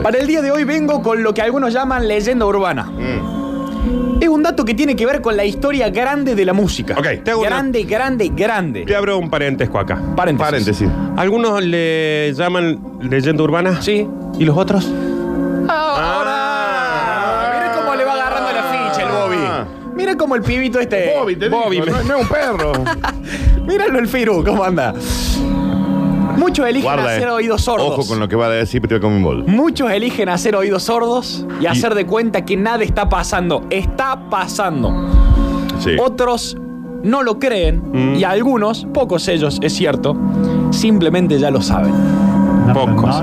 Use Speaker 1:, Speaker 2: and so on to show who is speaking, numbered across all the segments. Speaker 1: Para el día de hoy vengo con lo que algunos llaman leyenda urbana.
Speaker 2: Mm.
Speaker 1: Es un dato que tiene que ver con la historia grande de la música.
Speaker 2: Ok, te hago una-
Speaker 1: grande, grande, grande.
Speaker 2: Te abro un parentesco acá.
Speaker 1: Paréntesis.
Speaker 3: Paréntesis.
Speaker 2: Algunos le llaman leyenda urbana.
Speaker 1: Sí.
Speaker 2: ¿Y los otros?
Speaker 1: Ahora.
Speaker 3: Ah.
Speaker 1: Mira cómo le va agarrando la ficha el Bobby. Mira cómo el pibito este.
Speaker 3: Bobby, te
Speaker 2: Bobby,
Speaker 3: digo,
Speaker 2: me-
Speaker 3: no, no es un perro.
Speaker 1: Míralo el Firu, cómo anda. Muchos eligen
Speaker 3: Guarda,
Speaker 1: hacer
Speaker 3: eh.
Speaker 1: oídos sordos.
Speaker 3: Ojo con lo que va a decir Peter Common Ball.
Speaker 1: Muchos eligen hacer oídos sordos y hacer de cuenta que nada está pasando. Está pasando.
Speaker 3: Sí. Mm.
Speaker 1: Otros no lo creen y algunos, pocos ellos, es cierto, simplemente ya lo saben.
Speaker 2: Pocos.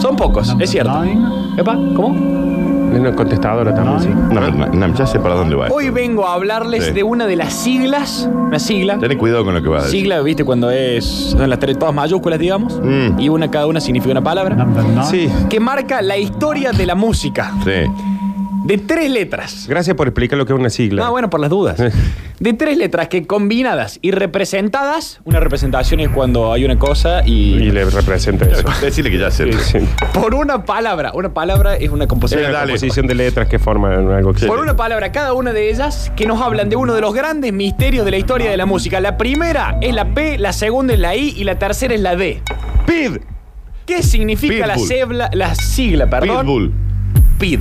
Speaker 1: Son pocos, es cierto. Epa, ¿cómo?
Speaker 2: Una contestadora también, sí.
Speaker 3: No, no, no, ya sé para dónde va.
Speaker 1: Hoy vengo a hablarles
Speaker 3: Sí.
Speaker 1: de una de las siglas, una sigla.
Speaker 3: Ten cuidado con lo que va a decir.
Speaker 1: Sigla, viste, cuando es. Son las tres todas mayúsculas, digamos.
Speaker 3: Mm.
Speaker 1: Y una cada una significa una palabra.
Speaker 4: Ah.
Speaker 2: Sí.
Speaker 1: Que marca la historia de la música.
Speaker 3: Sí.
Speaker 1: De tres letras.
Speaker 2: Gracias por explicar lo que es una sigla.
Speaker 1: Ah, bueno, por las dudas. De tres letras que combinadas y representadas. Una representación es cuando hay una cosa
Speaker 2: Y
Speaker 1: y.
Speaker 2: le representa eso.
Speaker 3: Decirle que ya sé.
Speaker 2: Sí, sí.
Speaker 1: Por una palabra. Una palabra es una
Speaker 2: Es
Speaker 1: composición.
Speaker 3: Sí,
Speaker 2: una
Speaker 3: Eh, dale.
Speaker 2: composición de letras que forman algo que...
Speaker 1: Por una palabra, cada una de ellas que nos hablan de uno de los grandes misterios de la historia de la música. La primera es la P, la segunda es la I y la tercera es la D.
Speaker 3: Pid.
Speaker 1: ¿Qué significa la,
Speaker 3: Pitbull.
Speaker 1: sebla- la sigla? Perdón.
Speaker 3: Pitbull.
Speaker 1: Pid.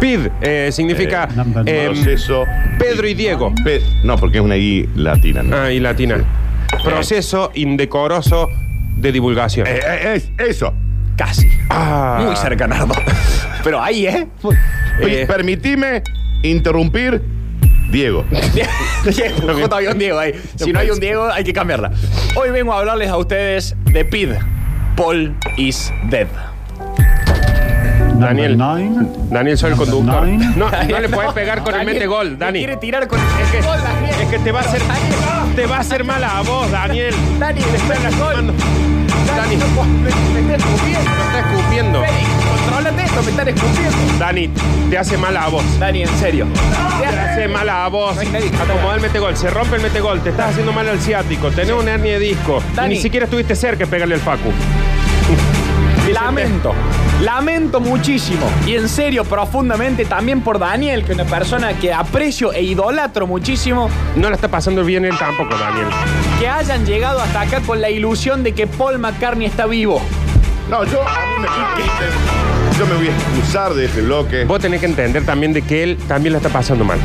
Speaker 2: PID eh, significa eh,
Speaker 3: Em, proceso.
Speaker 2: Pedro y Diego.
Speaker 3: Pe- no, porque es una I latina. ¿no?
Speaker 2: Ah, y latina. Proceso indecoroso de divulgación.
Speaker 3: Eh, eh, es, eso.
Speaker 1: Casi.
Speaker 2: Ah.
Speaker 1: Muy cerca, Nardo. Pero ahí, ¿eh?
Speaker 3: Pi-
Speaker 2: Eh.
Speaker 3: Permitime interrumpir Diego.
Speaker 1: Diego, justo había un Diego ahí. Si no hay un Diego, hay que cambiarla. Hoy vengo a hablarles a ustedes de Pid. Paul is dead.
Speaker 2: Daniel. Daniel, soy el conductor.
Speaker 5: Nine.
Speaker 2: No, no le puedes pegar con el
Speaker 1: Daniel,
Speaker 2: mete gol,
Speaker 1: me
Speaker 2: Dani.
Speaker 1: Quiere tirar con el mete gol, Daniel.
Speaker 2: Es que te va a hacer, te va a hacer mal a vos, Daniel.
Speaker 1: Dani, le está la gol. Dani, no puedo- me, me está escupiendo.
Speaker 2: Te está escupiendo.
Speaker 1: Félix, controlate esto, me están escupiendo.
Speaker 2: Dani, te hace mal a vos.
Speaker 1: Dani, en serio.
Speaker 2: Te hace mal a vos.
Speaker 1: No hay nadie que te
Speaker 2: Acomodá el metegol. Se rompe el metegol. Te estás haciendo mal al ciático. Tenés una hernia de disco. Y
Speaker 1: Dani.
Speaker 2: Ni siquiera estuviste cerca de pegarle al Facu.
Speaker 1: Lamento, lamento muchísimo y en serio, profundamente, también por Daniel, que es una persona que aprecio e idolatro muchísimo,
Speaker 2: No la está pasando bien él tampoco, Daniel.
Speaker 1: que hayan llegado hasta acá con la ilusión de que Paul McCartney está vivo.
Speaker 3: No, yo a mí me Yo me voy a excusar de este bloque.
Speaker 2: Vos tenés que entender también de que él también la está pasando mal.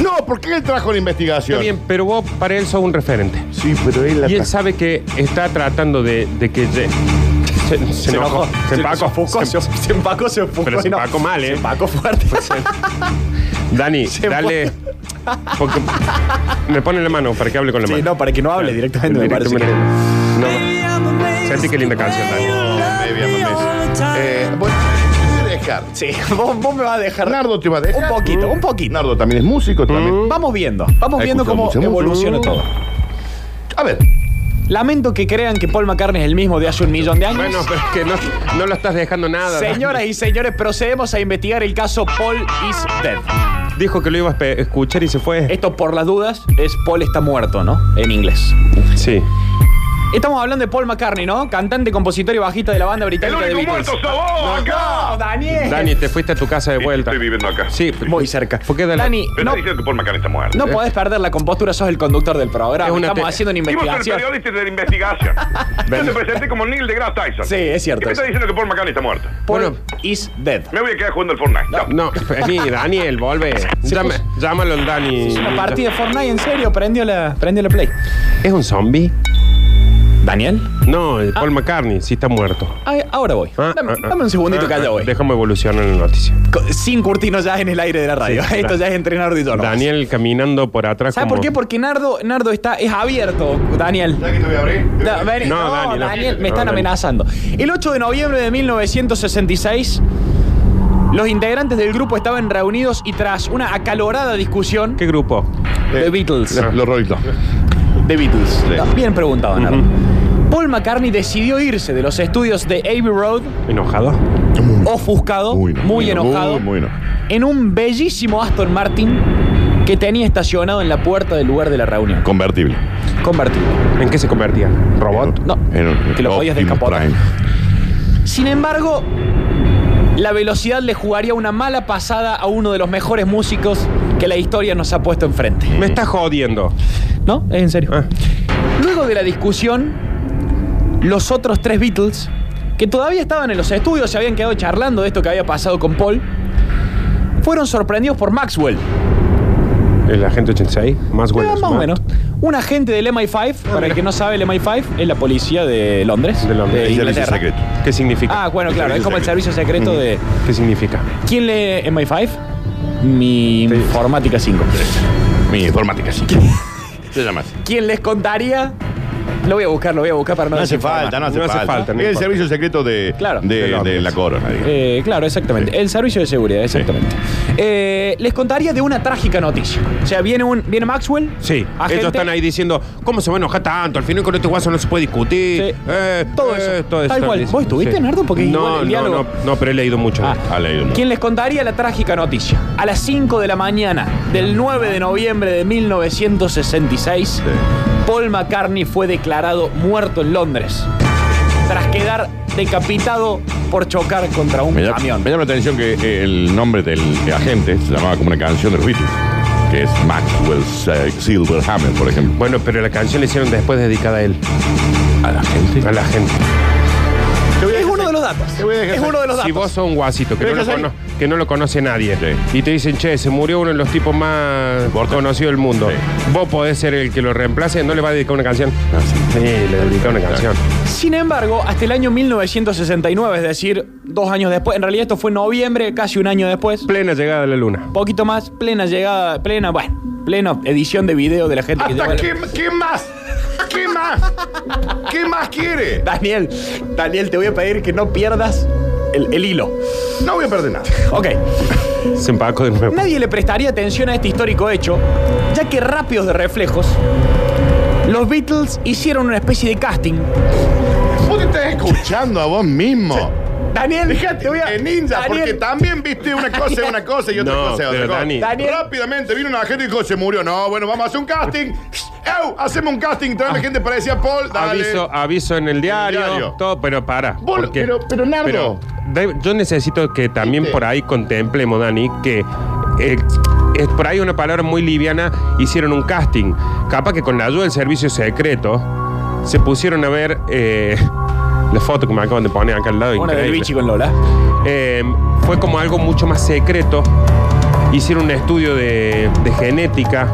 Speaker 3: No, ¿por qué él trajo la investigación?
Speaker 2: Está bien, pero vos para él sos un referente.
Speaker 3: Sí, pero él la
Speaker 2: Y él
Speaker 3: trajo.
Speaker 2: sabe que está tratando de, de que... ye- Se, se enojó. Se empacó.
Speaker 1: ofuscó,
Speaker 2: Se-
Speaker 1: se, se empacó, se ofuscó.
Speaker 2: Pero se
Speaker 1: no.
Speaker 2: empacó mal, ¿eh?
Speaker 1: Se empacó fuerte.
Speaker 2: Dani,
Speaker 1: Se
Speaker 2: dale... Porque me pone la mano para que hable con la
Speaker 1: Sí,
Speaker 2: mano.
Speaker 1: no, para que no hable directamente, me parece
Speaker 2: Directamente.
Speaker 1: que-
Speaker 2: No. Sentí que linda canción, Dani.
Speaker 3: Oh, baby, I'm a mess. Eh, bueno, te voy a dejar.
Speaker 1: Sí, vos, vos me vas a dejar.
Speaker 3: Nardo te va a dejar.
Speaker 1: Un poquito, un poquito.
Speaker 3: Nardo también es músico. También.
Speaker 1: Vamos viendo, vamos
Speaker 3: Ha
Speaker 1: viendo
Speaker 3: escuchado
Speaker 1: cómo
Speaker 3: mucho, mucho.
Speaker 1: evoluciona todo.
Speaker 3: A ver,
Speaker 1: Lamento que crean que Paul McCartney es el mismo de hace un millón de años.
Speaker 2: Bueno, pero es que no, no lo estás dejando nada. Dani.
Speaker 1: Señoras y señores, procedemos a investigar el caso Paul is dead.
Speaker 2: Dijo que lo iba a espe- escuchar y se fue.
Speaker 1: Esto por las dudas es Paul está muerto, ¿no? En inglés.
Speaker 2: Sí.
Speaker 1: Estamos hablando de Paul McCartney, ¿no? Cantante, compositor y bajista de la banda
Speaker 4: El
Speaker 1: británica de
Speaker 4: único
Speaker 1: Beatles.
Speaker 4: muerto sos vos acá.
Speaker 1: ¡No, Daniel!
Speaker 2: Dani, te fuiste a tu casa de vuelta.
Speaker 4: Estoy viviendo acá.
Speaker 2: Sí.
Speaker 1: Muy cerca.
Speaker 2: ¿Por qué Dani?
Speaker 1: Dani,
Speaker 4: Me
Speaker 1: no,
Speaker 4: está diciendo que Paul McCartney está muerto.
Speaker 1: no podés perder la compostura, sos el conductor del programa.
Speaker 2: Es una
Speaker 1: Estamos
Speaker 2: te-
Speaker 1: haciendo una
Speaker 4: Y vos sos el
Speaker 1: investigación.
Speaker 4: periodista de la investigación. Yo te presenté como Neil deGrasse Tyson.
Speaker 1: Sí, es cierto
Speaker 4: Y me está
Speaker 1: eso.
Speaker 4: diciendo que Paul McCartney está muerto.
Speaker 1: Paul
Speaker 2: Bueno.
Speaker 1: is dead.
Speaker 4: Me voy a quedar jugando al Fortnite. Chao.
Speaker 2: No, vení, Daniel, volve. Llama- llámalo al Dani.
Speaker 1: Una partida de Fortnite, en serio, prendió la, prendió la play.
Speaker 2: ¿Es un zombie?
Speaker 1: ¿Daniel?
Speaker 2: No, el Paul McCartney, sí está muerto.
Speaker 1: Ay, ahora voy.
Speaker 2: Ah,
Speaker 1: Ah. Dame,
Speaker 2: ah, ah.
Speaker 1: dame un segundito
Speaker 2: Ah,
Speaker 1: que allá
Speaker 2: ah,
Speaker 1: voy.
Speaker 2: Déjame evolucionar la noticia.
Speaker 1: Co- sin Curtino ya en el aire de la radio.
Speaker 2: Sí,
Speaker 1: Esto
Speaker 2: claro.
Speaker 1: ya es entrenador de yo nomás.
Speaker 2: Daniel caminando por atrás
Speaker 1: ¿Sabes
Speaker 2: como-
Speaker 1: por qué? Porque Nardo, Nardo está, es abierto, Daniel.
Speaker 3: ¿sabes que te voy a abrir?
Speaker 1: No, ven-
Speaker 2: No,
Speaker 1: no,
Speaker 2: Dani, no.
Speaker 1: Daniel, me
Speaker 2: No,
Speaker 1: están
Speaker 2: Dani.
Speaker 1: amenazando. El 8 de noviembre de 1966, los integrantes del grupo estaban reunidos y tras una acalorada discusión,
Speaker 2: ¿Qué grupo?
Speaker 1: The Beatles.
Speaker 3: Los los Rolling Stones.
Speaker 1: The Beatles.
Speaker 3: Sí.
Speaker 1: bien preguntado, Nardo. Paul McCartney decidió irse de los estudios de Abbey Road,
Speaker 2: ¿Enojado?
Speaker 1: ofuscado,
Speaker 3: Uy, no,
Speaker 1: muy
Speaker 3: muy no,
Speaker 1: enojado,
Speaker 3: muy, muy no.
Speaker 1: en un bellísimo Aston Martin que tenía estacionado en la puerta del lugar de la reunión.
Speaker 3: Convertible.
Speaker 1: Convertido.
Speaker 2: ¿En qué se convertía? ¿Robot?
Speaker 1: No,
Speaker 3: En un-
Speaker 1: que lo podías
Speaker 3: Optimus
Speaker 1: descapotar.
Speaker 3: Prime.
Speaker 1: Sin embargo, la velocidad le jugaría una mala pasada a uno de los mejores músicos que la historia nos ha puesto enfrente.
Speaker 2: Me está jodiendo.
Speaker 1: ¿No? Es en serio.
Speaker 2: Ah.
Speaker 1: Luego de la discusión, los otros tres Beatles, que todavía estaban en los estudios, se habían quedado charlando de esto que había pasado con Paul, fueron sorprendidos por Maxwell.
Speaker 2: El agente 86, más
Speaker 1: Eh,
Speaker 2: bueno.
Speaker 1: más o menos. Un agente del MI5, para el
Speaker 2: mira.
Speaker 1: que no sabe, el MI5 es la policía de Londres.
Speaker 2: De Londres.
Speaker 1: De
Speaker 2: El
Speaker 3: servicio
Speaker 1: Inglaterra.
Speaker 3: secreto.
Speaker 2: ¿Qué significa?
Speaker 1: Ah, bueno,
Speaker 3: El
Speaker 1: claro, es
Speaker 3: servicio
Speaker 1: como el
Speaker 3: secreto.
Speaker 1: servicio secreto de...
Speaker 2: ¿Qué significa?
Speaker 1: ¿Quién lee MI5? Mi
Speaker 2: Sí.
Speaker 1: informática 5.
Speaker 3: Mi informática, sí. Se llama así.
Speaker 1: ¿Quién les contaría? Lo voy a buscar, lo voy a buscar para no
Speaker 3: No hace
Speaker 1: desinformar.
Speaker 3: falta, no hace
Speaker 2: No hace
Speaker 3: falta.
Speaker 2: falta, no
Speaker 3: es el
Speaker 2: importa.
Speaker 3: servicio secreto de,
Speaker 1: Claro.
Speaker 3: de,
Speaker 2: De Londres.
Speaker 3: de la corona. digamos.
Speaker 1: Eh, claro, exactamente. El servicio de seguridad, exactamente. Eh, les contaría de una trágica noticia. O sea, viene, un, viene Maxwell.
Speaker 2: Sí,
Speaker 1: agente,
Speaker 2: ellos están ahí diciendo, ¿cómo se va a enojar tanto? Al final con este guaso no se puede discutir.
Speaker 1: Sí.
Speaker 2: Eh,
Speaker 1: Todo
Speaker 2: eh,
Speaker 1: eso. Tal cual. ¿Vos estuviste, Nardo? Porque igual
Speaker 2: no,
Speaker 1: el
Speaker 2: no,
Speaker 1: diálogo-
Speaker 2: no, no, pero he leído mucho.
Speaker 1: Ah.
Speaker 3: Ha leído mucho.
Speaker 1: Quien les contaría la trágica noticia. A las 5 de la mañana del 9 de noviembre de 1966, Paul McCartney fue declarado muerto en Londres tras quedar decapitado por chocar contra un
Speaker 3: Me, llama,
Speaker 1: camión.
Speaker 3: me llama la atención que eh, el nombre del agente se llamaba como una canción de los Beatles, que es Maxwell eh, Silverhammer, por ejemplo.
Speaker 2: Bueno, pero la canción la hicieron después dedicada a él.
Speaker 3: A la gente.
Speaker 2: A la gente.
Speaker 1: Es uno de los datos.
Speaker 3: Te voy a dejar
Speaker 1: Es uno de los
Speaker 2: Si
Speaker 1: datos.
Speaker 2: vos sos un guasito que no, lo
Speaker 3: Pero ya
Speaker 2: cono- que no lo conoce nadie
Speaker 3: Sí.
Speaker 2: y te dicen, che, se murió uno de los tipos más
Speaker 3: Importante.
Speaker 2: conocidos del mundo,
Speaker 3: Sí.
Speaker 2: vos podés ser el que lo reemplace, no le va a dedicar una canción. Sí, le dedica una canción.
Speaker 1: Sin embargo, hasta el año 1969, es decir, dos años después, en realidad esto fue en noviembre, casi un año después,
Speaker 2: Plena llegada de la luna.
Speaker 1: poquito más, plena llegada, plena, bueno, plena edición de video de la gente que
Speaker 3: ¿Hasta
Speaker 1: lleva-
Speaker 3: qué, qué más? ¿Qué más? ¿Qué más quiere?
Speaker 1: Daniel, Daniel, te voy a pedir que no pierdas el, el hilo.
Speaker 3: No voy a perder nada.
Speaker 1: Ok.
Speaker 2: Se empacó de nuevo.
Speaker 1: Nadie le prestaría atención a este histórico hecho, ya que rápidos de reflejos, los Beatles hicieron una especie de casting.
Speaker 3: Vos te estás escuchando a vos mismo.
Speaker 1: Daniel,
Speaker 3: Fíjate,
Speaker 1: te voy a-
Speaker 3: en ninja, porque
Speaker 1: Daniel,
Speaker 3: también viste una cosa es una cosa y otra
Speaker 2: No,
Speaker 3: cosa es otra
Speaker 2: pero
Speaker 3: cosa.
Speaker 2: Dani.
Speaker 1: Daniel.
Speaker 3: Rápidamente vino una gente y dijo, se murió. No, bueno, vamos a hacer un casting. ¡Ew! Hacemos un casting, traeme gente parecía Paul,
Speaker 2: Ah.
Speaker 3: dale.
Speaker 2: Aviso, aviso en el diario,
Speaker 3: diario.
Speaker 2: todo, pero para.
Speaker 3: Vos- pero- pero, Nardo.
Speaker 2: Dave, yo necesito que también
Speaker 3: ¿Viste?
Speaker 2: por ahí contemplemos, Dani, que eh, es por ahí una palabra muy liviana, hicieron un casting. Capaz que con la ayuda del servicio secreto se pusieron a ver eh, la foto que me acaban de poner acá al lado.
Speaker 1: Una del
Speaker 2: increíble.
Speaker 1: bichi con Lola.
Speaker 2: Eh, fue como algo mucho más secreto. Hicieron un estudio de, de genética.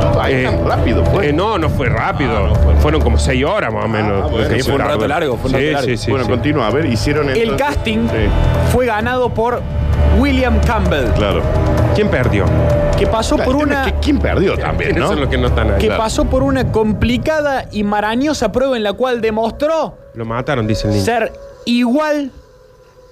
Speaker 3: Todo ahí
Speaker 2: Eh,
Speaker 3: tan rápido, pues. fue.
Speaker 2: Eh, no, no fue rápido. Fueron como seis horas más o menos.
Speaker 3: bueno.
Speaker 2: lo que
Speaker 3: Sí,
Speaker 1: fue un
Speaker 2: tardó.
Speaker 1: rato largo, fue un
Speaker 2: Sí,
Speaker 1: rato largo.
Speaker 2: sí, sí,
Speaker 3: bueno,
Speaker 2: sí.
Speaker 3: continúa, a ver, hicieron
Speaker 1: El
Speaker 3: entonces-
Speaker 1: casting
Speaker 3: Sí,
Speaker 1: fue ganado por William Campbell,
Speaker 3: claro.
Speaker 2: ¿Quién perdió?
Speaker 1: que pasó
Speaker 3: Claro,
Speaker 1: por
Speaker 3: el tema
Speaker 1: una
Speaker 3: es que ¿Quién perdió también, no?
Speaker 2: Eso es lo que no están ahí.
Speaker 1: que
Speaker 3: claro.
Speaker 1: pasó por una complicada y marañosa prueba en la cual demostró
Speaker 2: Lo mataron, dice el niño.
Speaker 1: ser igual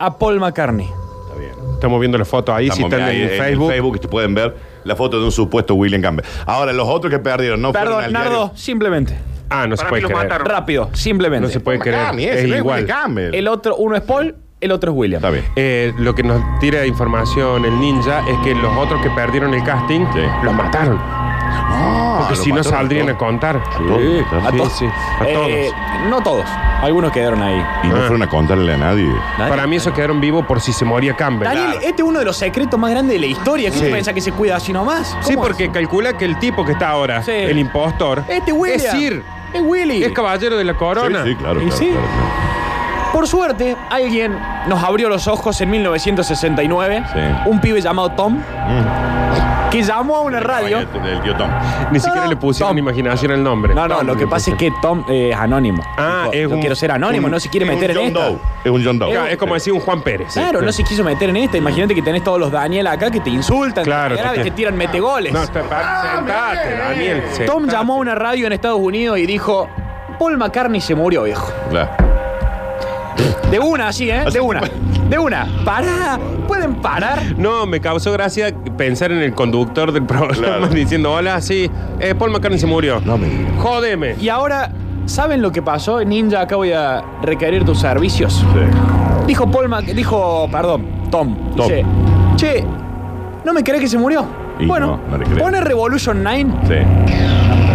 Speaker 1: a Paul McCartney.
Speaker 3: Está bien.
Speaker 2: Estamos viendo la foto ahí, si
Speaker 3: Estamos
Speaker 2: están
Speaker 3: ahí
Speaker 2: en,
Speaker 3: en
Speaker 2: Facebook.
Speaker 3: Facebook te pueden ver la foto de un supuesto William Campbell. Ahora, los otros que perdieron, no fueron
Speaker 1: Perdón,
Speaker 3: al
Speaker 1: Nardo, simplemente.
Speaker 2: Ah, no se
Speaker 4: Para
Speaker 2: puede
Speaker 4: mí lo
Speaker 2: creer.
Speaker 4: mataron.
Speaker 1: Rápido, simplemente.
Speaker 2: No se puede
Speaker 3: diario.
Speaker 2: creer.
Speaker 3: McCartney, ese
Speaker 2: es
Speaker 3: no es
Speaker 2: igual.
Speaker 3: William Campbell.
Speaker 1: El otro, uno es Paul, el otro es William.
Speaker 3: Está bien.
Speaker 2: Eh, lo que nos tira información el ninja es que los otros que perdieron el casting
Speaker 3: Sí.
Speaker 2: los mataron.
Speaker 3: Ah,
Speaker 2: Porque
Speaker 3: lo
Speaker 2: si no
Speaker 3: mataron
Speaker 2: saldrían
Speaker 3: todo.
Speaker 2: a contar.
Speaker 3: todos, claro.
Speaker 2: a
Speaker 1: to-
Speaker 2: todos. Sí, a todos.
Speaker 1: Eh, No todos. Algunos quedaron ahí.
Speaker 3: Y no
Speaker 2: Ah.
Speaker 3: fueron a contarle a nadie.
Speaker 2: Para mí esos quedaron vivos por si se moría Campbell.
Speaker 1: Daniel, este es uno de los secretos más grandes de la historia. ¿Qué
Speaker 3: Sí.
Speaker 1: te piensa que se cuida así nomás? ¿Cómo
Speaker 2: Sí,
Speaker 1: es?
Speaker 2: porque calcula que el tipo que está ahora,
Speaker 1: Sí.
Speaker 2: el impostor,
Speaker 1: Este William.
Speaker 2: es Sir,
Speaker 1: Es Willy.
Speaker 2: es caballero de la corona.
Speaker 3: Sí, sí, claro.
Speaker 1: Y
Speaker 3: claro,
Speaker 1: sí.
Speaker 3: claro, claro. Por suerte, alguien nos abrió los ojos en 1969. Sí.
Speaker 1: Un pibe llamado Tom.
Speaker 2: Mm.
Speaker 1: Que llamó a una radio.
Speaker 3: El tío Tom.
Speaker 2: Ni siquiera le pusieron
Speaker 1: Tom.
Speaker 2: imaginación al nombre.
Speaker 1: No, no,
Speaker 2: Tom,
Speaker 1: lo que
Speaker 2: le
Speaker 1: pasa es
Speaker 2: pusieron.
Speaker 1: que Tom eh, es anónimo.
Speaker 2: Ah,
Speaker 1: Dijo,
Speaker 2: es
Speaker 1: "Yo
Speaker 2: un-
Speaker 1: quiero ser anónimo,
Speaker 2: un-
Speaker 1: no se quiere
Speaker 3: Es un
Speaker 1: meter en
Speaker 3: John
Speaker 1: esto.
Speaker 3: Doe. Es un John Doe.
Speaker 2: Claro, es como decir un Juan Pérez.
Speaker 1: Claro, no se quiso meter en esta. Imagínate que tenés todos los Daniel acá que te insultan,
Speaker 2: Claro,
Speaker 1: que, te
Speaker 2: te-
Speaker 1: que tiran metegoles.
Speaker 2: No, está, pa-
Speaker 1: Ah,
Speaker 2: sentate, Daniel.
Speaker 1: Tom
Speaker 2: sentate.
Speaker 1: llamó a una radio en Estados Unidos y dijo: Paul McCartney se murió, viejo.
Speaker 3: Claro.
Speaker 1: De una, así, ¿eh? De una. De una. Pará. ¿Pueden parar?
Speaker 2: No, me causó gracia pensar en el conductor del programa
Speaker 3: Claro.
Speaker 2: diciendo, hola, sí, eh, Paul McCartney se murió.
Speaker 3: No me digas.
Speaker 2: Jódeme.
Speaker 1: Y ahora, ¿saben lo que pasó? Ninja, acá voy a requerir tus servicios. Dijo Paul Mac... Dijo, perdón, Tom.
Speaker 3: Tom.
Speaker 1: Dice, che, ¿no me crees que se murió?
Speaker 3: Y
Speaker 1: bueno,
Speaker 3: no, no le creo.
Speaker 1: pone Revolution 9,
Speaker 3: Sí.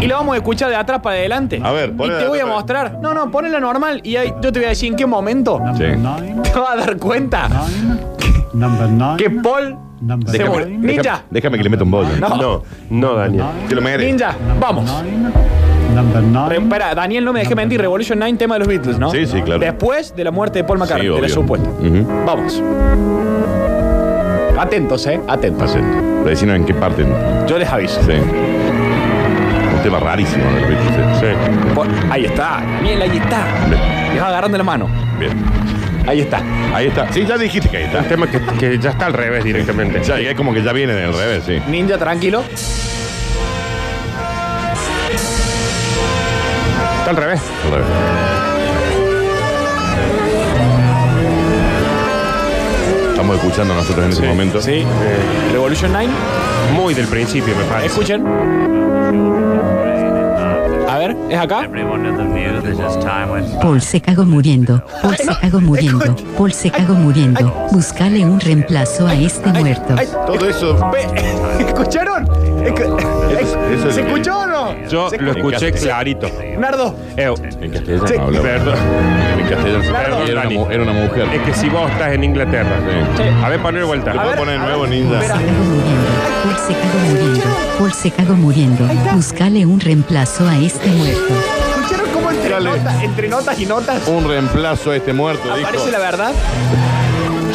Speaker 1: Y lo vamos a escuchar de atrás para adelante.
Speaker 3: A ver,
Speaker 1: Y
Speaker 3: ponela
Speaker 1: te
Speaker 3: de
Speaker 1: voy a
Speaker 3: atrás.
Speaker 1: mostrar. No, no, ponela normal y ahí yo te voy a decir en qué momento
Speaker 3: Sí.
Speaker 1: te vas a dar cuenta
Speaker 5: Number nine.
Speaker 1: que Paul
Speaker 5: Number
Speaker 1: se murió.
Speaker 5: nine.
Speaker 1: Ninja.
Speaker 3: Déjame, déjame que le meta un bollo.
Speaker 1: No.
Speaker 2: No, no, Daniel.
Speaker 3: Que lo mere.
Speaker 1: Ninja, vamos.
Speaker 5: Nine. Number
Speaker 1: Re-
Speaker 5: nine.
Speaker 1: Espera, Daniel, no me dejes mentir. Revolution 9, tema de los Beatles, ¿no?
Speaker 3: Sí, sí, claro.
Speaker 1: Después de la muerte de Paul McCartney,
Speaker 3: Sí,
Speaker 1: de la
Speaker 3: obvio.
Speaker 1: supuesta.
Speaker 3: Ujú.
Speaker 1: Vamos. Atentos, ¿eh? Atentos.
Speaker 3: Acento. Decínos en qué parte.
Speaker 1: Yo les aviso.
Speaker 3: Sí. Un tema rarísimo de los Beatles.
Speaker 2: Sí.
Speaker 1: Po- Ahí está, Daniel, ahí está. Les va agarrando la mano.
Speaker 3: sí. Bien.
Speaker 1: Ahí está.
Speaker 3: Ahí está. Sí, ya dijiste que ahí está.
Speaker 2: Un tema que, que ya está al revés directamente.
Speaker 3: Ya, es como que ya viene del revés, sí.
Speaker 1: Ninja, tranquilo.
Speaker 2: Está al revés.
Speaker 3: Al revés. Estamos escuchando nosotros en ese momento.
Speaker 1: Sí. Revolution 9.
Speaker 2: Muy del principio, me parece.
Speaker 1: Escuchen. A ver, ¿es acá?
Speaker 6: Paul se cagó muriendo, Paul se cagó muriendo, Paul se cagó muriendo. Buscale un reemplazo a este muerto.
Speaker 1: Ay,
Speaker 3: Todo eso.
Speaker 1: ve- ¿Escucharon? Escu-
Speaker 3: Eso- eso es
Speaker 1: ¿Se
Speaker 3: lo que-
Speaker 1: escuchó o no?
Speaker 2: Yo
Speaker 1: ¿Se
Speaker 2: lo
Speaker 1: escu-
Speaker 2: escuché clarito.
Speaker 1: Nardo,
Speaker 2: Eh,
Speaker 3: En castellano
Speaker 1: Sí.
Speaker 3: no hablaba.
Speaker 2: Perdón.
Speaker 3: En castellano se
Speaker 1: Perdón,
Speaker 3: era, una,
Speaker 2: Dani.
Speaker 3: mu- era una mujer.
Speaker 2: es que si vos estás en Inglaterra.
Speaker 3: Sí.
Speaker 2: A ver, poner vuelta.
Speaker 3: Lo
Speaker 1: ver,
Speaker 3: puedo poner
Speaker 1: a
Speaker 3: de nuevo,
Speaker 1: ver,
Speaker 3: ninja.
Speaker 1: espera.
Speaker 6: Se cagó muriendo, Paul se cagó muriendo, Paul se cagó muriendo. Buscale un reemplazo a este muerto.
Speaker 1: ¿escucharon cómo entre,
Speaker 3: Dale.
Speaker 1: nota- entre notas y notas
Speaker 3: Un reemplazo a este muerto, dijo.
Speaker 1: aparece la verdad?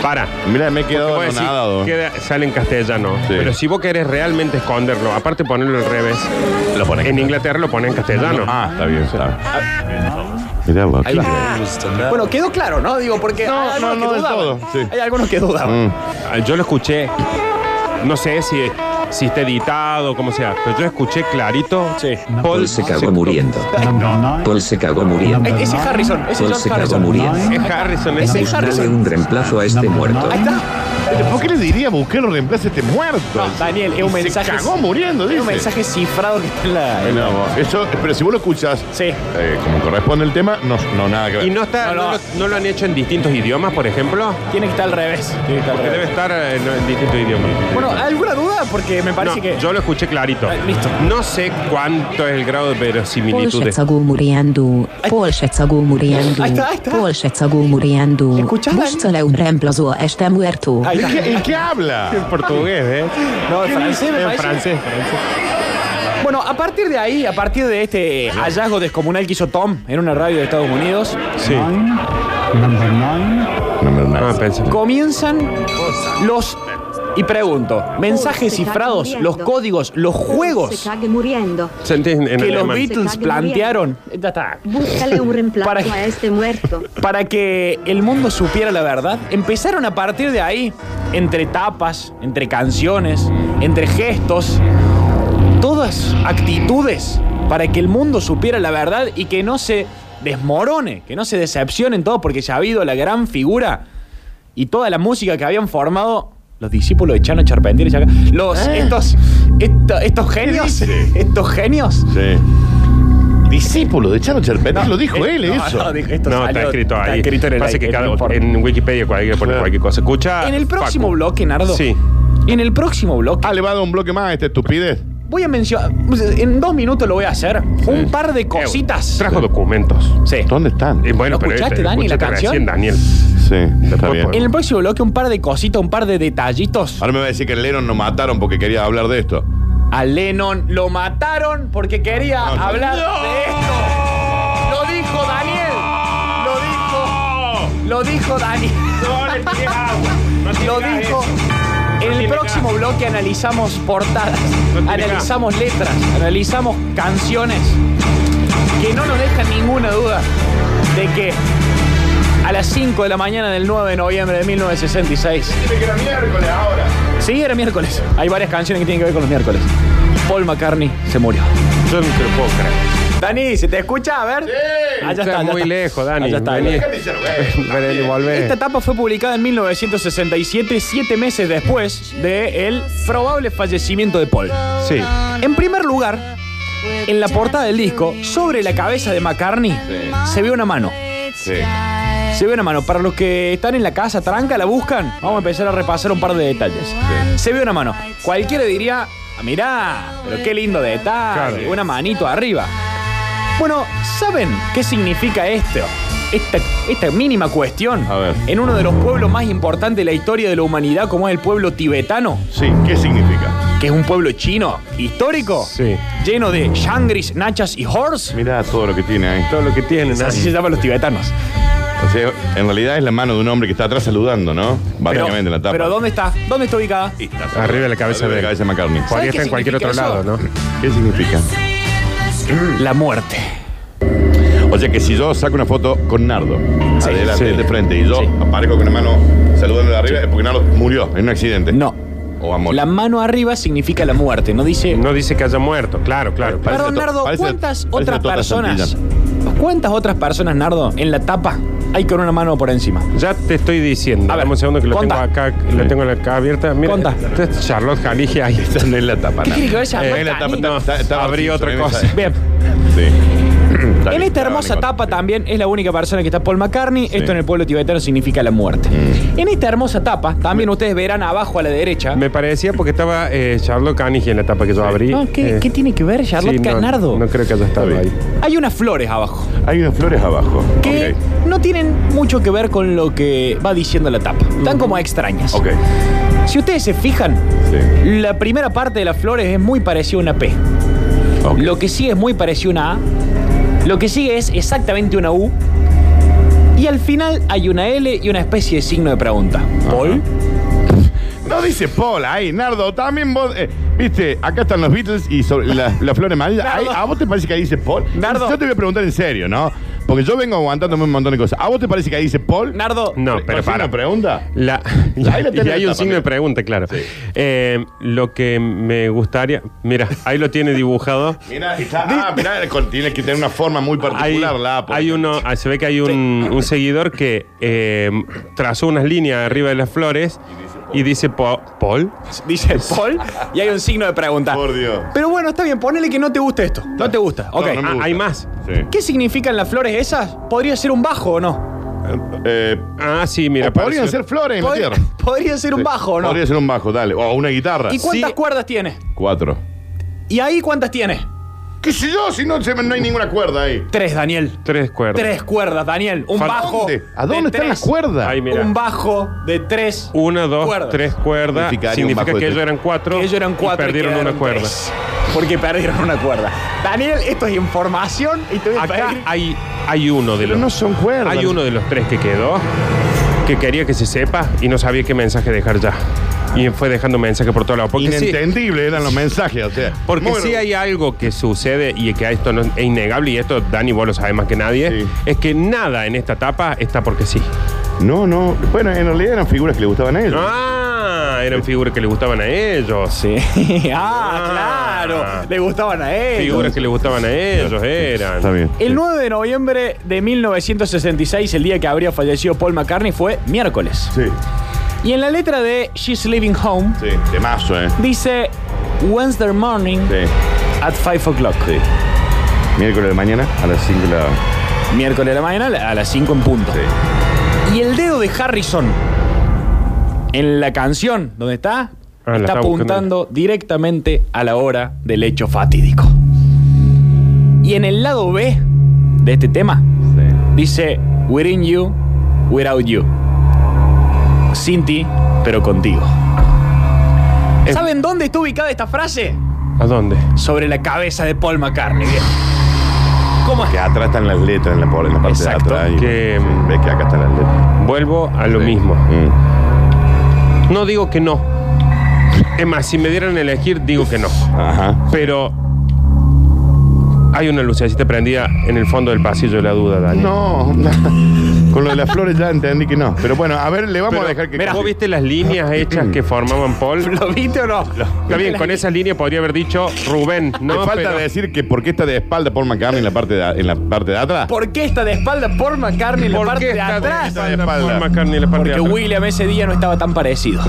Speaker 2: Para.
Speaker 3: Mira, me he quedado
Speaker 2: Vos decís,
Speaker 3: anonadado.
Speaker 2: queda- sale en castellano.
Speaker 3: Sí.
Speaker 2: Pero si vos querés realmente esconderlo, aparte ponerlo al revés,
Speaker 3: Lo pone.
Speaker 2: en Inglaterra lo ponen en castellano.
Speaker 3: Ah, está bien, está. Ah. Mirá, vos,
Speaker 1: Ahí
Speaker 3: aquí.
Speaker 1: va. Ah. Bueno, quedó claro, ¿no? Digo, porque
Speaker 3: No,
Speaker 1: hay algunos
Speaker 3: no,
Speaker 1: que
Speaker 3: no del
Speaker 1: dudaban.
Speaker 3: todo, sí.
Speaker 1: Hay algunos que dudaban.
Speaker 3: Mm.
Speaker 2: Ah, Yo lo escuché. No sé si, si está editado, como sea, pero yo escuché clarito.
Speaker 1: Sí.
Speaker 2: Paul
Speaker 7: Se cagó muriendo.
Speaker 5: Number nine.
Speaker 7: Paul se cagó muriendo.
Speaker 1: Ese es Harrison, ese es
Speaker 7: Paul
Speaker 1: George
Speaker 7: se cagó
Speaker 1: Harrison.
Speaker 7: muriendo.
Speaker 2: Es Harrison,
Speaker 1: Ese
Speaker 2: es
Speaker 1: es
Speaker 7: Dale
Speaker 1: Harrison.
Speaker 7: un reemplazo a este muerto.
Speaker 1: Ahí está.
Speaker 3: ¿Por qué le diría buscar un reemplazo a este muerto?
Speaker 1: No, Daniel, es un
Speaker 3: Se
Speaker 1: mensaje.
Speaker 3: cagó muriendo,
Speaker 1: Es
Speaker 3: dice.
Speaker 1: un mensaje cifrado que está en la.
Speaker 3: Mira vos. Eso, pero si vos lo escuchas
Speaker 1: Sí.
Speaker 3: eh, como corresponde el tema, no, no nada que ver.
Speaker 2: Y no, está,
Speaker 1: No,
Speaker 2: no,
Speaker 1: no.
Speaker 2: lo, no lo han hecho en distintos idiomas, por ejemplo.
Speaker 1: Tiene que estar al revés. Tiene que estar al
Speaker 2: Porque debe
Speaker 1: revés.
Speaker 2: estar eh, no, en distintos idiomas.
Speaker 1: Bueno, ¿alguna duda? Porque me parece
Speaker 2: No,
Speaker 1: que.
Speaker 2: Yo lo escuché clarito.
Speaker 1: Ah, listo.
Speaker 2: No sé cuánto es el grado de
Speaker 8: Paul
Speaker 2: verosimilitud.
Speaker 8: se cagó muriendo, Paul se cagó muriendo,
Speaker 1: Ahí está, ahí está.
Speaker 8: Paul se cagó muriendo.
Speaker 1: ¿Escuchás, Dani?
Speaker 8: Búscale un reemplazo a este muerto.
Speaker 1: Ahí
Speaker 3: ¿De
Speaker 1: está.
Speaker 3: qué, ¿En qué
Speaker 2: En
Speaker 3: habla?
Speaker 2: portugués, ¿eh?
Speaker 1: No, en francés me
Speaker 2: En
Speaker 1: parece.
Speaker 2: francés.
Speaker 1: Bueno, a partir de ahí, a partir de este hallazgo descomunal que hizo Tom en una radio de Estados Unidos,
Speaker 2: Sí.
Speaker 5: Nine. Number nine.
Speaker 3: No, no, no.
Speaker 2: Ah, pensé.
Speaker 1: comienzan los. Y pregunto, mensajes
Speaker 9: se cague
Speaker 1: cifrados, los
Speaker 9: muriendo.
Speaker 1: códigos, los juegos
Speaker 9: Se cague muriendo.
Speaker 2: Sentí en, en
Speaker 1: que los
Speaker 2: alemán.
Speaker 9: Se
Speaker 1: Beatles
Speaker 9: cague
Speaker 1: plantearon. Ya está.
Speaker 9: Búscale un reemplazo
Speaker 1: Para-
Speaker 9: a este muerto.
Speaker 1: Para que el mundo supiera la verdad, empezaron a partir de ahí, entre tapas, entre canciones, entre gestos, todas actitudes para que el mundo supiera la verdad y que no se desmorone, que no se decepcionen todos, porque ya ha habido la gran figura y toda la música que habían formado los discípulos de Chano Charpentier y Chaca- los estos, esto- estos genios,
Speaker 3: Ah. dice?
Speaker 1: estos genios.
Speaker 3: Sí. Discípulo de Chano Charpentier, lo dijo él,
Speaker 1: Eh, No,
Speaker 3: eso.
Speaker 1: no, dijo- esto
Speaker 2: No,
Speaker 1: salió-
Speaker 2: está escrito ahí.
Speaker 1: escrito en el
Speaker 2: Pasa que
Speaker 1: aire,
Speaker 2: cada,
Speaker 1: no importa.
Speaker 2: en Wikipedia cualquiera pone
Speaker 3: Claro.
Speaker 2: cualquier cosa. Escucha.
Speaker 1: En el próximo
Speaker 2: Facu.
Speaker 1: bloque, Nardo.
Speaker 2: Ah, Sí.
Speaker 1: En el próximo bloque
Speaker 3: Ah, le va a dar un bloque más a esta estupidez.
Speaker 1: voy a mencionar. En dos minutos lo voy a hacer. Un par de
Speaker 2: Eh,
Speaker 1: cositas.
Speaker 2: Trajo documentos.
Speaker 1: Sí.
Speaker 3: ¿Dónde están?
Speaker 2: Y bueno,
Speaker 1: ¿No
Speaker 2: pero
Speaker 1: escuchaste,
Speaker 2: este,
Speaker 1: Dani, la
Speaker 2: escuchaste
Speaker 1: canción?
Speaker 2: recién, Daniel.
Speaker 3: Sí, está bien.
Speaker 1: En el próximo bloque, un par de cositas, un par de detallitos.
Speaker 3: Ahora me va a decir que el Lennon nos mataron porque quería hablar de esto.
Speaker 1: A Lennon lo mataron porque quería
Speaker 3: No, no.
Speaker 1: hablar de esto. Lo dijo Daniel. Lo dijo. Lo dijo Daniel. Lo dijo. En el próximo bloque analizamos portadas,
Speaker 2: No tiene
Speaker 1: analizamos letras, analizamos canciones que no nos dejan ninguna duda de que a las 5 de la mañana del 9 de noviembre de 1966 Sí, era miércoles. Hay varias canciones que tienen que ver con los miércoles. Paul McCartney se murió.
Speaker 2: Yo no te lo puedo creer.
Speaker 1: Dani, ¿se te escucha? A ver. Ah, Allá
Speaker 2: Está muy lejos, Dani.
Speaker 1: Allá está.
Speaker 2: Vení.
Speaker 1: allá está.
Speaker 2: Vení, volvé.
Speaker 1: Esta etapa fue publicada en 1967, siete meses después de el probable fallecimiento de Paul.
Speaker 2: Sí.
Speaker 1: En primer lugar, en la portada del disco, sobre la cabeza de McCartney, se ve una mano.
Speaker 3: Sí.
Speaker 1: Se ve una mano. Para los que están en la casa, tranca, la buscan. Vamos a empezar a repasar un par de detalles. Se ve una mano. Cualquiera diría, Ah, mirá, pero qué lindo detalle.
Speaker 2: Claro.
Speaker 1: Una manito arriba. Bueno, ¿saben qué significa esto? Esta, esta mínima cuestión.
Speaker 3: A ver.
Speaker 1: En uno de los pueblos más importantes de la historia de la humanidad, como es el pueblo tibetano,
Speaker 3: Sí, ¿qué significa?
Speaker 1: que es un pueblo chino histórico,
Speaker 2: Sí.
Speaker 1: lleno de shangris, nachas y horse.
Speaker 3: Mirá todo lo que tiene ahí.
Speaker 2: Todo lo que tienen.
Speaker 1: Así se llaman los tibetanos.
Speaker 3: O sea, en realidad es la mano de un hombre que está atrás saludando, ¿no?
Speaker 1: Pero,
Speaker 3: Básicamente en la tapa.
Speaker 1: pero ¿dónde está? ¿Dónde está ubicada?
Speaker 3: Y está-
Speaker 2: Arriba de la cabeza
Speaker 3: Arriba de la
Speaker 2: de-
Speaker 3: cabeza de McCartney.
Speaker 1: ¿Sabes
Speaker 2: Podría
Speaker 1: qué
Speaker 2: estar en cualquier otro
Speaker 1: significa
Speaker 2: lado,
Speaker 1: eso?
Speaker 2: ¿no?
Speaker 3: ¿Qué significa? Mm.
Speaker 1: La muerte.
Speaker 3: O sea que si yo saco una foto con Nardo, adelante,
Speaker 2: sí.
Speaker 3: de frente, y yo
Speaker 1: Sí.
Speaker 3: aparezco con una mano saludando de arriba, es porque Nardo murió en un accidente.
Speaker 1: No.
Speaker 3: O amor.
Speaker 1: La mano arriba significa la muerte, no dice
Speaker 2: No dice que haya muerto. Claro, claro.
Speaker 3: Parece
Speaker 1: Perdón,
Speaker 3: to-
Speaker 1: Nardo,
Speaker 3: parece-
Speaker 1: ¿cuántas
Speaker 3: parece
Speaker 1: otras
Speaker 3: Tota
Speaker 1: personas?
Speaker 3: Santillán.
Speaker 1: ¿Cuántas otras personas, Nardo, en la tapa hay con una mano por encima?
Speaker 2: Ya te estoy diciendo.
Speaker 1: A ver,
Speaker 2: Dame un segundo que lo
Speaker 1: contá.
Speaker 2: tengo acá, que lo tengo acá abierta. Mira,
Speaker 1: Contá.
Speaker 2: esta es Charlotte Jaligia ahí.
Speaker 3: Esta no es la tapa,
Speaker 1: ¿Qué tiene que ver esa
Speaker 2: Eh,
Speaker 1: tapa,
Speaker 3: la tapa
Speaker 1: Dani?
Speaker 3: está- está- está
Speaker 2: abrí
Speaker 3: Narciso,
Speaker 2: otra
Speaker 3: en
Speaker 2: cosa.
Speaker 3: esa-
Speaker 1: Bien.
Speaker 3: Sí. Está
Speaker 1: En
Speaker 3: bien,
Speaker 1: esta hermosa
Speaker 3: está bien.
Speaker 1: tapa también es la única persona que está Paul McCartney. Esto en el pueblo tibetano significa la muerte.
Speaker 3: Mm.
Speaker 1: En esta hermosa tapa también ustedes verán abajo a la derecha.
Speaker 2: Me parecía porque estaba eh, Charlotte Canigia en la etapa que yo abrí.
Speaker 1: No, Ah, ¿qué,
Speaker 2: Eh,
Speaker 1: qué tiene que ver Charlotte
Speaker 2: sí, no,
Speaker 1: Canardo?
Speaker 2: No, creo que haya estado
Speaker 3: Está
Speaker 2: ahí.
Speaker 3: bien.
Speaker 1: Hay unas flores abajo
Speaker 3: Hay unas flores abajo.
Speaker 1: que no tienen mucho que ver con lo que va diciendo la tapa. Están como extrañas.
Speaker 3: Mm. Ok. Ok.
Speaker 1: Si ustedes se fijan,
Speaker 3: Sí.
Speaker 1: la primera parte de las flores es muy parecida a una P.
Speaker 3: Ok.
Speaker 1: Lo que sigue es muy parecido a una A. Lo que sigue es exactamente una U. Y al final hay una L y una especie de signo de pregunta. ¿Paul?
Speaker 3: No dice Paul ahí, Nardo, también vos. eh, Viste, acá están los Beatles y sobre la, la flor amarilla. Ahí,
Speaker 1: Nardo.
Speaker 3: ¿A vos te parece que ahí dice Paul?
Speaker 1: Nardo.
Speaker 3: Yo te voy a preguntar en serio, ¿no? Porque yo vengo aguantándome un montón de cosas. ¿A vos te parece que ahí dice Paul?
Speaker 1: Nardo.
Speaker 2: No, pero
Speaker 3: ¿Hacés
Speaker 2: para.
Speaker 3: una pregunta?
Speaker 2: La,
Speaker 3: la
Speaker 2: y
Speaker 3: tenés
Speaker 2: hay
Speaker 3: la
Speaker 2: un
Speaker 3: tapa,
Speaker 2: signo de
Speaker 3: mira.
Speaker 2: pregunta, claro.
Speaker 3: Sí.
Speaker 2: Eh, lo que me gustaría. Mira, ahí lo tiene dibujado.
Speaker 3: Mirá, está. Ah, mirá, con- tiene que tener una forma muy
Speaker 2: Hay,
Speaker 3: particular la A, por
Speaker 2: hay uno, ah, se ve que hay un, un seguidor que eh, trazó unas líneas arriba de las flores y dice Po- Paul.
Speaker 1: Dice Paul y hay un signo de pregunta.
Speaker 3: Por Dios.
Speaker 1: Pero bueno, está bien, ponele que no te gusta esto. No te gusta. Ok.
Speaker 3: no me
Speaker 2: Ah,
Speaker 3: gusta.
Speaker 2: hay más.
Speaker 3: Sí.
Speaker 1: ¿Qué significan las flores esas? ¿Podría ser un bajo o no?
Speaker 3: Eh,
Speaker 2: Ah, sí, mira.
Speaker 3: o podrían
Speaker 2: parece-
Speaker 3: ser flores en la
Speaker 1: Pod-
Speaker 3: tierra.
Speaker 1: Podría ser un bajo o no.
Speaker 3: Podría ser un bajo, dale. O una guitarra.
Speaker 1: ¿Y cuántas
Speaker 2: Sí.
Speaker 1: cuerdas tiene?
Speaker 3: Cuatro.
Speaker 1: ¿Y ahí cuántas tiene?
Speaker 3: ¿Qué sé yo? Si no, se- no hay ninguna cuerda ahí.
Speaker 1: Tres, Daniel.
Speaker 2: Tres cuerdas.
Speaker 1: Tres cuerdas, Daniel. Un
Speaker 2: Falta-
Speaker 1: bajo.
Speaker 3: ¿Dónde? ¿A
Speaker 1: de
Speaker 3: dónde están
Speaker 1: tres.
Speaker 3: las cuerdas?
Speaker 2: Ahí, mira.
Speaker 1: Un bajo de tres.
Speaker 2: Una, dos,
Speaker 1: Cuerdas.
Speaker 2: tres cuerdas.
Speaker 3: Significaría un
Speaker 2: Significa
Speaker 3: bajo de
Speaker 2: que
Speaker 3: tres.
Speaker 2: ellos eran cuatro.
Speaker 1: Que ellos eran
Speaker 2: y
Speaker 1: cuatro. y
Speaker 2: perdieron
Speaker 1: quedaron
Speaker 2: una cuerda.
Speaker 1: tres. Porque perdieron una cuerda. Daniel, esto es información y te voy a
Speaker 2: Acá
Speaker 1: pedir-
Speaker 2: hay, hay uno de
Speaker 3: Pero
Speaker 2: los.
Speaker 3: no son cuerdas.
Speaker 2: Hay uno de los tres que quedó que quería que se sepa y no sabía qué mensaje dejar ya. Y fue dejando mensajes por todos lados. Porque sí,
Speaker 3: Inentendible eran los mensajes, o sea.
Speaker 2: porque
Speaker 3: muy-
Speaker 2: sí hay algo que sucede y que a esto no- es innegable, y esto Dani vos lo sabes más que nadie,
Speaker 3: Sí.
Speaker 2: es que nada en esta etapa está porque sí.
Speaker 3: No, no. Bueno, en realidad eran figuras que le gustaban a ellos.
Speaker 2: Ah, eran figuras que le gustaban a ellos.
Speaker 1: Sí.
Speaker 2: Ah.
Speaker 1: ah, claro. Le gustaban a él.
Speaker 2: Figuras que le gustaban a ellos eran.
Speaker 3: Está bien.
Speaker 1: El 9 de noviembre de 1966, el día que habría fallecido Paul McCartney, fue miércoles.
Speaker 3: Sí,
Speaker 1: Y en la letra de She's Leaving Home
Speaker 3: sí. Temazo, ¿eh?
Speaker 1: dice Wednesday morning
Speaker 3: Sí.
Speaker 1: at 5 o'clock.
Speaker 3: Sí. Miércoles de mañana a las 5 de la.
Speaker 1: Miércoles de la mañana a las 5 en punto.
Speaker 3: Sí.
Speaker 1: Y el dedo de Harrison en la canción, donde está,
Speaker 2: Ah, la
Speaker 1: está
Speaker 2: estaba
Speaker 1: apuntando directamente a la hora del hecho fatídico. Y en el lado B de este tema, dice Within You, Without You. Sin ti, pero contigo.
Speaker 2: Eh.
Speaker 1: ¿Saben dónde está ubicada esta frase?
Speaker 2: ¿A dónde?
Speaker 1: Sobre la cabeza de Paul McCartney. viejo. ¿Cómo es?
Speaker 3: Que atrás están las letras en la, por- en la parte
Speaker 1: Exacto.
Speaker 3: de atrás. y-
Speaker 2: Que-
Speaker 3: sí, Ves que acá están las letras.
Speaker 2: Vuelvo a lo
Speaker 3: Sí.
Speaker 2: mismo.
Speaker 3: Mm.
Speaker 2: No digo que no. Es más, si me dieran a elegir, digo que no.
Speaker 3: Ajá.
Speaker 2: Pero hay una lucecita prendida en el fondo del pasillo de la duda, Dani.
Speaker 3: No, con lo de las flores ya entendí que no. Pero bueno, a ver, le vamos
Speaker 2: Pero,
Speaker 3: a dejar que.
Speaker 2: mira, ¿vos viste las líneas hechas que formaban Paul?
Speaker 1: ¿Lo viste o no?
Speaker 2: Está bien, con esas líneas podría haber dicho Rubén,
Speaker 3: No,
Speaker 2: ¿no?
Speaker 3: falta
Speaker 2: Pero-
Speaker 3: decir que por qué está de espalda Paul McCartney en la parte de, en la parte de atrás.
Speaker 1: ¿Por qué está de espalda Paul McCartney en la
Speaker 2: ¿Por
Speaker 1: parte
Speaker 2: qué
Speaker 1: de
Speaker 2: está
Speaker 1: atrás?
Speaker 3: de espalda?
Speaker 2: Paul McCartney en la parte
Speaker 1: Porque
Speaker 2: de atrás?
Speaker 1: William ese día no estaba tan parecido.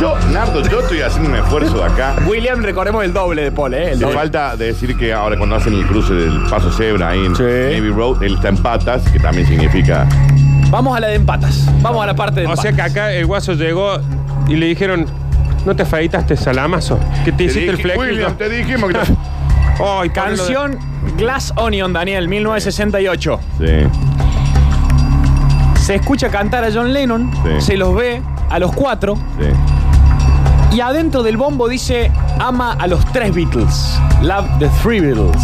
Speaker 3: Yo, Nardo, yo estoy haciendo un esfuerzo acá.
Speaker 1: William, recordemos el doble de Paul, ¿eh? El
Speaker 3: Le
Speaker 1: doble.
Speaker 3: falta decir que ahora cuando hacen el cruce del paso cebra ahí en Navy Road, él está en patas, que también significa.
Speaker 1: Vamos a la de empatas. Vamos a la parte de
Speaker 2: O
Speaker 1: empatas.
Speaker 2: sea que acá el guaso llegó y le dijeron, ¿No te afeitaste salamazo? ¿Que te,
Speaker 3: Te
Speaker 2: hiciste el
Speaker 3: dije-
Speaker 2: flequillo?
Speaker 3: William, te dijimos que. te-
Speaker 2: Ay, Pablo,
Speaker 1: Canción Glass Onion, Daniel, 1968.
Speaker 3: Sí.
Speaker 1: Se escucha cantar a John Lennon,
Speaker 3: Sí.
Speaker 1: se los ve a los cuatro
Speaker 3: Sí.
Speaker 1: y adentro del bombo dice ama a los tres Beatles. Love the three Beatles.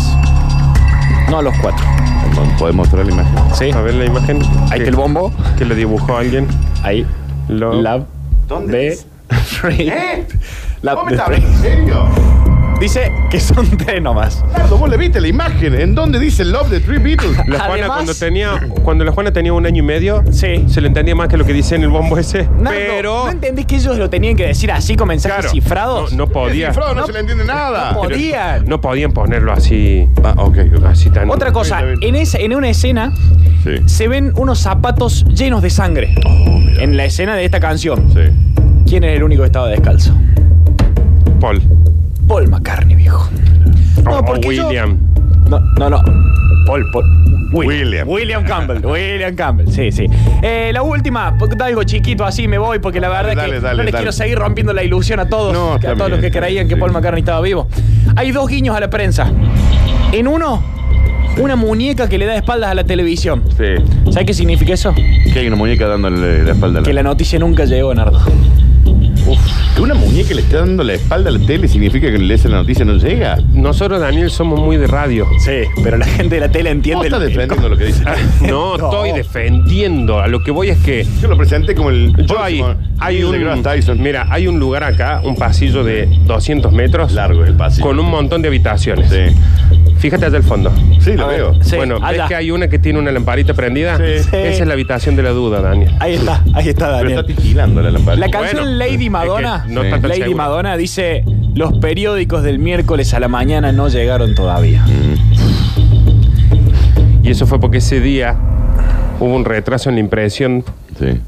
Speaker 1: No a los cuatro.
Speaker 3: ¿Puedes mostrar la imagen?
Speaker 1: ¿Sí?
Speaker 2: A ver la imagen.
Speaker 1: Ahí está el bombo.
Speaker 2: Que lo dibujó alguien.
Speaker 1: Ahí.
Speaker 2: Lo-
Speaker 1: Love the three.
Speaker 3: ¿Eh?
Speaker 1: Love
Speaker 3: ¿Cómo
Speaker 1: the
Speaker 3: me estás?
Speaker 1: three.
Speaker 3: ¿En serio?
Speaker 1: Dice que son tres nomás.
Speaker 3: Nardo, vos le viste la imagen. ¿En dónde dice Love the Three Beatles?
Speaker 2: La Juana
Speaker 1: Además-
Speaker 2: cuando tenía cuando la Juana tenía un año y medio
Speaker 1: Sí.
Speaker 2: se le entendía más que lo que dice en el bombo ese,
Speaker 1: Nardo,
Speaker 2: pero
Speaker 1: ¿No entendés que ellos lo tenían que decir así con mensajes
Speaker 2: claro,
Speaker 1: cifrados?
Speaker 2: No, no
Speaker 3: El
Speaker 2: podía,
Speaker 3: cifrado no, se le entiende nada.
Speaker 1: no podían.
Speaker 2: no podían ponerlo así,
Speaker 3: Ah, ok, ok.
Speaker 2: así tan
Speaker 1: Otra cosa,
Speaker 3: Está bien.
Speaker 1: en, esa- en una escena
Speaker 3: Sí.
Speaker 1: se ven unos zapatos llenos de sangre.
Speaker 3: Oh,
Speaker 1: en la escena de esta canción.
Speaker 3: Sí.
Speaker 1: ¿Quién es el único que estaba descalzo?
Speaker 2: Paul
Speaker 1: Paul McCartney, viejo.
Speaker 2: o, o
Speaker 1: porque yo-
Speaker 2: Oh, William.
Speaker 1: No, no, no. Paul, Paul.
Speaker 3: William.
Speaker 1: William Campbell. William Campbell. Sí, sí. Eh, la última, porque da algo chiquito así, me voy, porque la verdad es
Speaker 3: dale,
Speaker 1: que
Speaker 3: dale,
Speaker 1: no les
Speaker 3: dale.
Speaker 1: quiero seguir rompiendo la ilusión a todos,
Speaker 3: No,
Speaker 1: a
Speaker 3: está
Speaker 1: todos
Speaker 3: bien,
Speaker 1: los que
Speaker 3: está
Speaker 1: creían
Speaker 3: bien,
Speaker 1: que
Speaker 3: sí.
Speaker 1: Paul McCartney estaba vivo. Hay dos guiños a la prensa. En uno, una muñeca que le da espaldas a la televisión.
Speaker 3: Sí.
Speaker 1: ¿Sabes qué significa eso?
Speaker 3: Que hay una muñeca dándole la espalda a la
Speaker 1: Que la noticia nunca llegó, Nardo.
Speaker 3: Que una muñeca le esté dando la espalda a la tele significa que lees la noticia no llega.
Speaker 2: Nosotros Daniel somos muy de radio.
Speaker 1: Sí, pero la gente de la tele
Speaker 3: ¿Cómo
Speaker 1: entiende.
Speaker 3: estás
Speaker 1: el-
Speaker 3: defendiendo lo que dice?
Speaker 1: Ah.
Speaker 2: No,
Speaker 1: No.
Speaker 2: estoy defendiendo, a lo que voy es que
Speaker 3: Yo lo presenté como el
Speaker 2: yo hay,
Speaker 3: próximo
Speaker 2: hay
Speaker 3: Neil
Speaker 2: un
Speaker 3: deGrasse Tyson.
Speaker 2: mira, hay un lugar acá, un pasillo de 200 metros
Speaker 3: largo el pasillo.
Speaker 2: con un montón de habitaciones.
Speaker 3: Sí.
Speaker 2: Fíjate allá al fondo.
Speaker 3: Sí, lo
Speaker 1: A ver,
Speaker 3: veo.
Speaker 1: sí,
Speaker 2: bueno,
Speaker 1: allá.
Speaker 2: ¿ves que hay una que tiene una lamparita prendida?
Speaker 3: Sí.
Speaker 2: Esa es la habitación de la duda, Daniel.
Speaker 1: Ahí está, ahí está,
Speaker 3: Pero
Speaker 1: Daniel.
Speaker 3: está titilando la
Speaker 1: La
Speaker 3: lámpara.
Speaker 1: canción
Speaker 2: Bueno, es
Speaker 1: Lady
Speaker 2: que
Speaker 1: Madonna,
Speaker 2: no
Speaker 3: Sí.
Speaker 2: está tan
Speaker 1: Lady
Speaker 2: seguro.
Speaker 1: Madonna dice, los periódicos del miércoles a la mañana no llegaron todavía.
Speaker 2: Mm. Y eso fue porque ese día hubo un retraso en la impresión.
Speaker 3: Sí.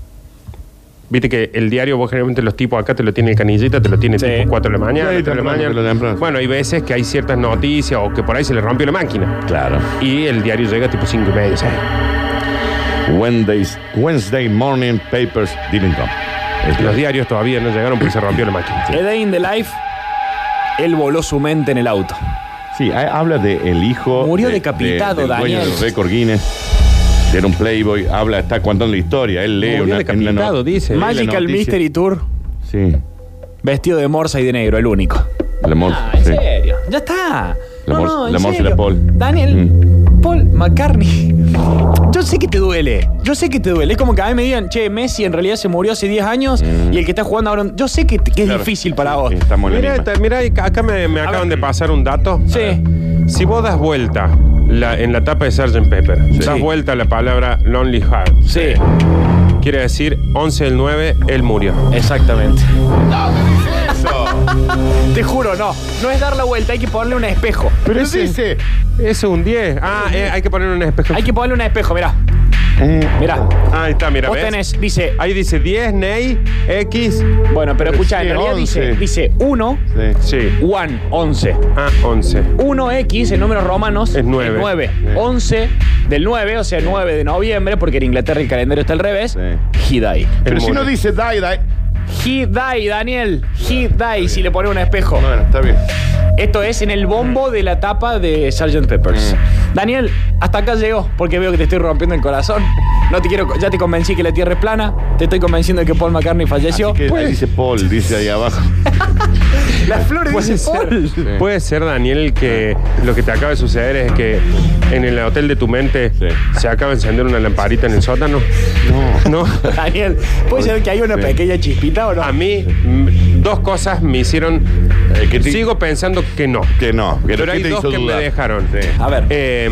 Speaker 2: Viste que el diario, vos generalmente los tipos acá te lo tiene el canillita, te lo tiene
Speaker 1: Sí.
Speaker 2: tipo 4 de la mañana,
Speaker 3: Sí,
Speaker 2: 3 de la
Speaker 3: temprano,
Speaker 2: mañana.
Speaker 3: temprano, temprano.
Speaker 2: Bueno, hay veces que hay ciertas noticias o que por ahí se le rompió la máquina.
Speaker 3: Claro.
Speaker 2: Y el diario llega tipo 5 y media. seis.
Speaker 3: Wednesdays- Wednesday morning papers didn't come. Es
Speaker 2: Los
Speaker 3: la-
Speaker 2: diarios todavía no llegaron porque se rompió la máquina.
Speaker 1: A Day in the Life, él voló su mente en el auto.
Speaker 3: Sí, ha- habla de el hijo.
Speaker 1: Murió decapitado,
Speaker 3: del dueño
Speaker 1: Daniel.
Speaker 3: del récord Guinness. Era un playboy. Habla, está contando la historia. Él lee
Speaker 2: Murió
Speaker 3: una. en la no-
Speaker 2: decapitado, dice.
Speaker 3: en la
Speaker 1: Magical
Speaker 3: noticia.
Speaker 1: Mystery Tour,
Speaker 3: Sí.
Speaker 1: vestido de morsa y de negro, el único.
Speaker 3: El amor.
Speaker 1: Ah, en
Speaker 3: sí.
Speaker 1: serio. Ya está.
Speaker 3: La
Speaker 1: No,
Speaker 3: morsa-
Speaker 1: no, en
Speaker 3: la morsa y la
Speaker 1: serio.
Speaker 3: Paul.
Speaker 1: Daniel,
Speaker 2: Mm.
Speaker 1: Paul McCartney. Yo sé que te duele. Yo sé que te duele. Es como que a mí me digan, che, Messi en realidad se murió hace 10 años
Speaker 2: Mm.
Speaker 1: y el que está jugando ahora. Yo sé que, que es
Speaker 3: Claro.
Speaker 1: difícil para vos.
Speaker 3: Estamos en la
Speaker 2: Mira,
Speaker 3: misma.
Speaker 2: esta- mira, acá me, me acaban de pasar un dato.
Speaker 1: Sí.
Speaker 2: Si vos das vuelta la- en la tapa de Sgt. Pepper, das
Speaker 1: Sí.
Speaker 2: vuelta la palabra Lonely Heart,
Speaker 1: Sí,
Speaker 2: quiere decir 11 del 9, él murió.
Speaker 1: exactamente. Te juro, no. No es dar la vuelta, hay que ponerle un espejo.
Speaker 3: Pero ese dice.
Speaker 2: Eso es un 10. Ah, eh, hay que poner un espejo.
Speaker 1: Hay que ponerle un espejo, mirá. Mirá.
Speaker 2: Ahí está, mira,
Speaker 1: Vos
Speaker 2: ¿ves?
Speaker 1: tenés, dice.
Speaker 2: Ahí dice 10, Ney, X.
Speaker 1: Bueno, pero
Speaker 3: Pero
Speaker 1: escucha,
Speaker 3: sí,
Speaker 1: en realidad dice,
Speaker 3: 11.
Speaker 1: dice 1,
Speaker 3: Sí.
Speaker 2: Sí.
Speaker 1: 1, 11.
Speaker 2: Ah, 11.
Speaker 1: 1X en números romanos
Speaker 2: Es nueve.
Speaker 1: 9.
Speaker 2: Sí.
Speaker 1: 11 del 9, o sea, 9 de noviembre, porque en Inglaterra el calendario está al revés. He die.
Speaker 3: Pero
Speaker 2: El
Speaker 3: si
Speaker 2: mono.
Speaker 3: no dice die, die.
Speaker 1: He die, Daniel. He die, si le pone un espejo.
Speaker 3: Bueno, está bien. Mm.
Speaker 1: Esto es en el bombo de la tapa de Sgt. Peppers. Daniel, hasta acá llegó, porque veo que te estoy rompiendo el corazón. No te quiero, ya te convencí que la Tierra es plana, te estoy convenciendo de que Paul McCartney falleció.
Speaker 3: Que ahí dice Paul, dice ahí abajo.
Speaker 1: Pues, Las flores
Speaker 2: Puede
Speaker 1: dicen
Speaker 2: ser,
Speaker 1: Paul.
Speaker 2: puede ser, Daniel, que lo que te acaba de suceder es que en el hotel de tu mente
Speaker 3: Sí.
Speaker 2: se acaba de encender una lamparita en el sótano. No. No.
Speaker 1: Daniel, puede ser que hay una
Speaker 3: Sí.
Speaker 1: pequeña chispita o no.
Speaker 2: A mí, m- dos cosas me hicieron.
Speaker 3: Eh, que te-
Speaker 2: Sigo pensando que no.
Speaker 3: Que no. Que
Speaker 2: Pero
Speaker 3: ¿qué
Speaker 2: hay
Speaker 3: te
Speaker 2: dos
Speaker 3: hizo
Speaker 2: que me
Speaker 3: dudar?
Speaker 2: dejaron.
Speaker 3: Sí.
Speaker 1: A ver.
Speaker 2: Eh,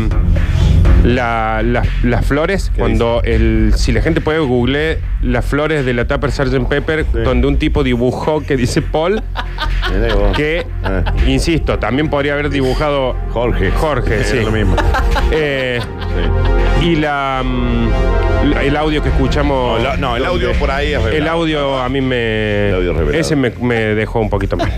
Speaker 2: la- la- las flores, cuando el. Si la gente puede googlear las flores de la Tupper Sgt. Pepper, donde un tipo dibujó que dice Paul,
Speaker 3: Mirá vos.
Speaker 2: que,
Speaker 3: Ah.
Speaker 2: insisto, también podría haber dibujado
Speaker 3: Jorge.
Speaker 2: Jorge,
Speaker 3: Era
Speaker 2: sí.
Speaker 3: lo mismo.
Speaker 2: Eh,
Speaker 3: Sí.
Speaker 2: y la. mm, la- el audio que escuchamos.
Speaker 3: No, la- no, el audio por ahí es
Speaker 2: El
Speaker 3: revelado.
Speaker 2: audio a mí me.
Speaker 3: El audio revelado.
Speaker 2: ese me, me dejó un poquito mal.